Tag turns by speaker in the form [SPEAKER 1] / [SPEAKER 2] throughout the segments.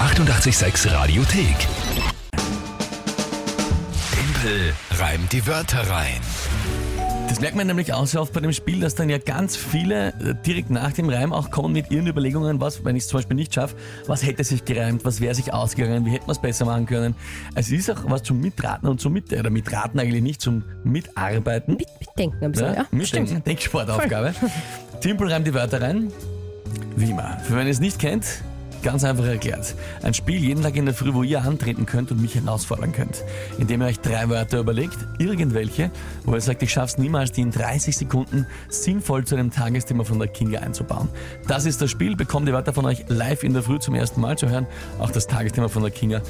[SPEAKER 1] 886 Radiothek. Tempel reimt die Wörter rein.
[SPEAKER 2] Das merkt man nämlich auch sehr oft bei dem Spiel, dass dann ja ganz viele äh, direkt nach dem Reim auch kommen mit ihren Überlegungen, was, wenn ich es zum Beispiel nicht schaffe, was hätte sich gereimt, was wäre sich ausgegangen, wie hätte man es besser machen können. Es ist auch was zum Mitraten und zum Mit, oder Mitraten eigentlich nicht, zum Mitarbeiten.
[SPEAKER 3] Mitdenken ein bisschen, ja?
[SPEAKER 2] Mitdenken, Denksportaufgabe. Timpel reimt die Wörter rein. Wie immer. Für wen es nicht kennt, ganz einfach erklärt. Ein Spiel jeden Tag in der Früh, wo ihr antreten könnt und mich herausfordern könnt. Indem ihr euch drei Wörter überlegt, irgendwelche, wo ihr sagt, ich schaff's niemals, die in 30 Sekunden sinnvoll zu einem Tagesthema von der Kinga einzubauen. Das ist das Spiel. Bekommt die Wörter von euch live in der Früh zum ersten Mal zu hören. Auch das Tagesthema von der Kinga.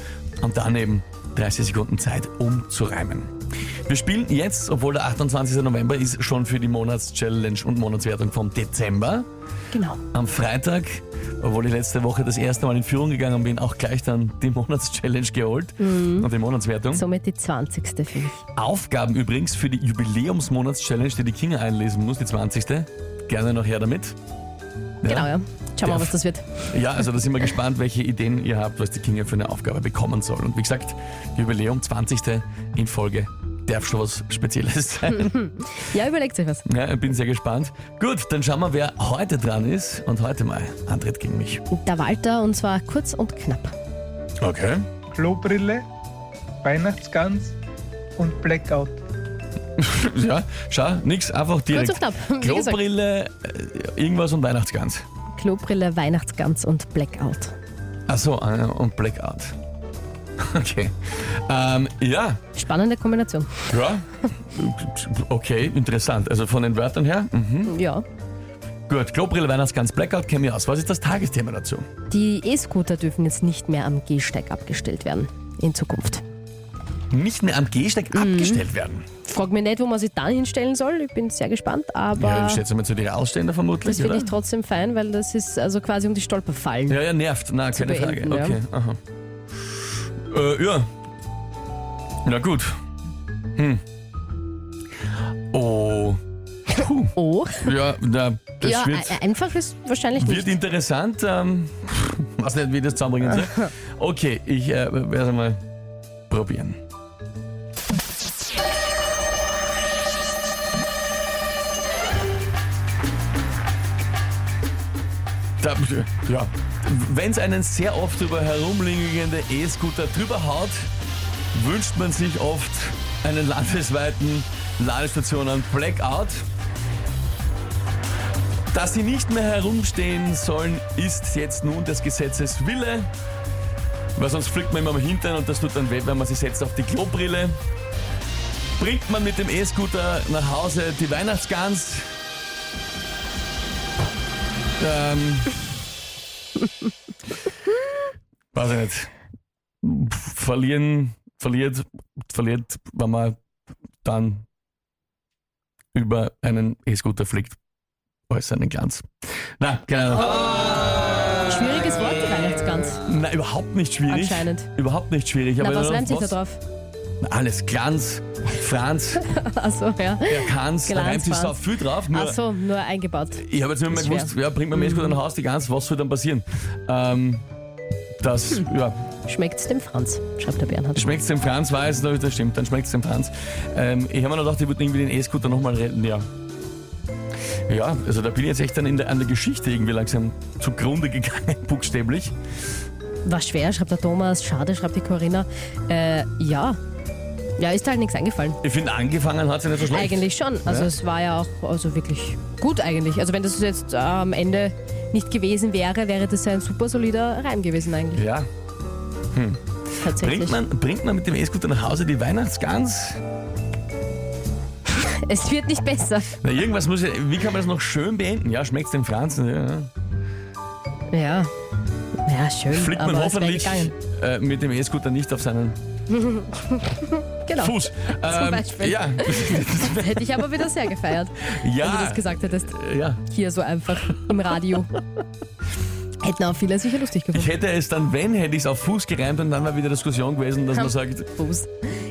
[SPEAKER 2] Und dann eben 30 Sekunden Zeit, um zu reimen. Wir spielen jetzt, obwohl der 28. November ist, schon für die Monatschallenge und Monatswertung vom Dezember.
[SPEAKER 3] Genau.
[SPEAKER 2] Am Freitag, obwohl ich letzte Woche das erste Mal in Führung gegangen bin, auch gleich dann die Monatschallenge geholt und die Monatswertung.
[SPEAKER 3] Somit die 20. für mich.
[SPEAKER 2] Aufgaben übrigens für die Jubiläumsmonatschallenge, die die Kinga einlesen muss, die 20. Gerne noch her damit. Ja.
[SPEAKER 3] Genau, ja. Schauen wir
[SPEAKER 2] Der-
[SPEAKER 3] mal, was das wird.
[SPEAKER 2] Ja, also da sind wir gespannt, welche Ideen ihr habt, was die Kinga für eine Aufgabe bekommen soll. Und wie gesagt, Jubiläum 20. in Folge darf schon was Spezielles sein.
[SPEAKER 3] Ja, überlegt euch was.
[SPEAKER 2] Ja, ich bin sehr gespannt. Gut, dann schauen wir, wer heute dran ist und heute mal antritt gegen mich.
[SPEAKER 3] Der Walter, und zwar kurz und knapp.
[SPEAKER 2] Okay.
[SPEAKER 4] Klobrille, Weihnachtsgans und Blackout.
[SPEAKER 2] Ja, schau, nix, einfach direkt.
[SPEAKER 3] und knapp, wie gesagt.
[SPEAKER 2] Klobrille, äh, irgendwas und Weihnachtsgans.
[SPEAKER 3] Klobrille, Weihnachtsgans und Blackout.
[SPEAKER 2] Achso, äh, und Blackout. Okay. Ähm, ja,
[SPEAKER 3] Spannende Kombination.
[SPEAKER 2] ja. Okay, interessant. Also von den Wörtern her. Mhm.
[SPEAKER 3] Ja.
[SPEAKER 2] Gut, Klobrille, Weihnachtsgans, Blackout, käme ich aus. Was ist das Tagesthema dazu?
[SPEAKER 3] Die E-Scooter dürfen jetzt nicht mehr am Gehsteig abgestellt werden in Zukunft.
[SPEAKER 2] Nicht mehr am Gehsteig
[SPEAKER 3] Mhm.
[SPEAKER 2] abgestellt werden.
[SPEAKER 3] Frag mich nicht, wo man sie dann hinstellen soll. Ich bin sehr gespannt,
[SPEAKER 2] Ja,
[SPEAKER 3] aber
[SPEAKER 2] dann stellst du mal zu dir Ausstehender vermutlich,
[SPEAKER 3] das finde
[SPEAKER 2] oder?
[SPEAKER 3] ich trotzdem fein, weil das ist also quasi um die Stolperfallen.
[SPEAKER 2] Ja, ja, nervt. Na, keine
[SPEAKER 3] beenden,
[SPEAKER 2] Frage. Okay, aha. Äh, ja. Na gut. Hm. Oh. Puh.
[SPEAKER 3] Oh,
[SPEAKER 2] Ja, na, das
[SPEAKER 3] ja,
[SPEAKER 2] wird,
[SPEAKER 3] e- einfach ist wahrscheinlich
[SPEAKER 2] wird
[SPEAKER 3] nicht.
[SPEAKER 2] interessant. Ähm, weiß nicht, wie ich das zusammenbringen soll. Okay, ich äh, werde mal probieren. Da, ja. Wenn es einen sehr oft über herumliegende E-Scooter drüber haut, wünscht man sich oft einen landesweiten Ladestationen Blackout. Dass sie nicht mehr herumstehen sollen, ist jetzt nun des Gesetzes Wille. Weil sonst fliegt man immer am Hintern und das tut dann weh, wenn man sich setzt auf die Klobrille. Bringt man mit dem E-Scooter nach Hause die Weihnachtsgans. Ähm. weiß ich nicht. Verlieren, verliert, verliert, wenn man dann über einen E-Scooter fliegt als seinen Glanz. Na, genau. keine Ahnung.
[SPEAKER 3] Schwieriges Wort, die Weihnachtsgans.
[SPEAKER 2] Ah. Na, überhaupt nicht schwierig.
[SPEAKER 3] Anscheinend.
[SPEAKER 2] Überhaupt nicht schwierig.
[SPEAKER 3] Na,
[SPEAKER 2] aber
[SPEAKER 3] was
[SPEAKER 2] nur
[SPEAKER 3] reimt sich da
[SPEAKER 2] was-
[SPEAKER 3] drauf?
[SPEAKER 2] Na, Alles Glanz, Franz,
[SPEAKER 3] Achso, ja.
[SPEAKER 2] er kann's, da
[SPEAKER 3] Glanz,
[SPEAKER 2] reimt sich so
[SPEAKER 3] Franz.
[SPEAKER 2] viel drauf. Nur
[SPEAKER 3] Achso, nur eingebaut.
[SPEAKER 2] ich habe jetzt nicht mehr
[SPEAKER 3] Ist
[SPEAKER 2] gewusst, ja, bringt man mir jetzt gut ein Haus, die Gans, was soll dann passieren? Ähm, das, ja,
[SPEAKER 3] Schmeckt's dem Franz, schreibt der Bernhard.
[SPEAKER 2] schmeckt's dem Franz, weiß, na, das stimmt, dann schmeckt's dem Franz. Ähm, ich habe mir noch gedacht, ich würde irgendwie den E-Scooter nochmal retten, ja. Ja, also da bin ich jetzt echt dann in der, an der Geschichte irgendwie langsam zugrunde gegangen, buchstäblich.
[SPEAKER 3] War schwer, schreibt der Thomas. Schade, schreibt die Corinna. Äh, ja. Ja, ist halt nichts eingefallen.
[SPEAKER 2] Ich finde, angefangen hat sie nicht so schlecht.
[SPEAKER 3] Eigentlich schon. Also
[SPEAKER 2] Ja.
[SPEAKER 3] es war ja auch also wirklich gut eigentlich. Also wenn das jetzt äh, am Ende nicht gewesen wäre, wäre das ja ein super solider Reim gewesen eigentlich.
[SPEAKER 2] Ja.
[SPEAKER 3] Tatsächlich.
[SPEAKER 2] Bringt man, bringt man mit dem E-Scooter nach Hause die Weihnachtsgans?
[SPEAKER 3] Es wird nicht besser.
[SPEAKER 2] Na, irgendwas muss ja, wie kann man das noch schön beenden? Ja, schmeckt's dem Franzen? Ja.
[SPEAKER 3] Ja. Ja, schön.
[SPEAKER 2] Fliegt
[SPEAKER 3] aber
[SPEAKER 2] man
[SPEAKER 3] es wäre
[SPEAKER 2] hoffentlich
[SPEAKER 3] gegangen.
[SPEAKER 2] äh, mit dem E-Scooter nicht auf seinen
[SPEAKER 3] Genau.
[SPEAKER 2] Fuß. Ähm,
[SPEAKER 3] Beispiel.
[SPEAKER 2] Ja,
[SPEAKER 3] Hätte ich aber wieder sehr gefeiert, wenn du
[SPEAKER 2] ja,
[SPEAKER 3] das gesagt hättest.
[SPEAKER 2] ja.
[SPEAKER 3] Hier so einfach im Radio. Hätten auch viele sicher lustig
[SPEAKER 2] Ich
[SPEAKER 3] gefunden.
[SPEAKER 2] hätte es dann, wenn, hätte ich es auf Fuß gereimt und dann war wieder Diskussion gewesen, dass man sagt,
[SPEAKER 3] Fuß.
[SPEAKER 2] dass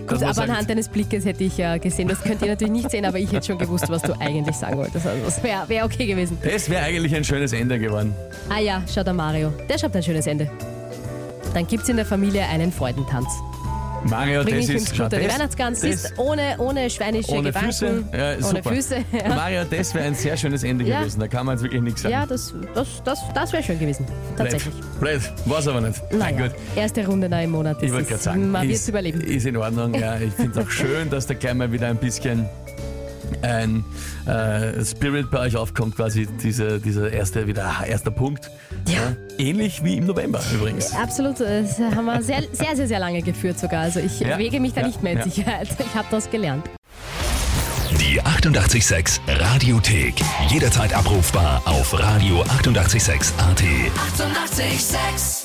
[SPEAKER 3] Gut,
[SPEAKER 2] man
[SPEAKER 3] aber
[SPEAKER 2] sagt
[SPEAKER 3] anhand deines Blickes hätte ich ja gesehen. Das könnt ihr natürlich nicht sehen, aber ich hätte schon gewusst, was du eigentlich sagen wolltest. Also das wäre wär okay gewesen.
[SPEAKER 2] das wäre eigentlich ein schönes Ende geworden.
[SPEAKER 3] Ah ja, schaut der Mario. Der schreibt ein schönes Ende. dann gibt's in der Familie einen Freudentanz.
[SPEAKER 2] Mario,
[SPEAKER 3] Bring
[SPEAKER 2] das
[SPEAKER 3] ich
[SPEAKER 2] ist
[SPEAKER 3] ins Geschäft. Die
[SPEAKER 2] das-
[SPEAKER 3] Weihnachtsgans
[SPEAKER 2] das-
[SPEAKER 3] ist ohne, ohne schweinische
[SPEAKER 2] ohne
[SPEAKER 3] Gedanken.
[SPEAKER 2] Füße. Ja,
[SPEAKER 3] ohne
[SPEAKER 2] super.
[SPEAKER 3] Füße. Ja,
[SPEAKER 2] Mario, das wäre ein sehr schönes Ende
[SPEAKER 3] Ja.
[SPEAKER 2] gewesen. Da kann man jetzt wirklich nichts sagen.
[SPEAKER 3] ja das, das, das, das wäre schön gewesen. Tatsächlich.
[SPEAKER 2] Blöd, Blöd. war's aber nicht.
[SPEAKER 3] Naja,
[SPEAKER 2] gut.
[SPEAKER 3] erste Runde nein im Monat.
[SPEAKER 2] Ich
[SPEAKER 3] das
[SPEAKER 2] wollte gerade
[SPEAKER 3] ist-
[SPEAKER 2] sagen,
[SPEAKER 3] Man wird
[SPEAKER 2] ist,
[SPEAKER 3] es überleben.
[SPEAKER 2] ist in Ordnung. Ja, ich finde es auch schön, dass da gleich mal wieder ein bisschen ein äh, Spirit bei euch aufkommt, quasi dieser dieser erste wieder ah, erster Punkt.
[SPEAKER 3] Ja.
[SPEAKER 2] Ähnlich wie im November übrigens.
[SPEAKER 3] Absolut, das haben wir sehr, sehr, sehr, sehr lange geführt sogar. Also ich
[SPEAKER 2] Ja,
[SPEAKER 3] wege mich da
[SPEAKER 2] ja,
[SPEAKER 3] nicht mehr in
[SPEAKER 2] ja.
[SPEAKER 3] Sicherheit. Ich habe das gelernt.
[SPEAKER 1] Die 886 Radiothek. Jederzeit abrufbar auf radio886.at. 886! 886.
[SPEAKER 5] 886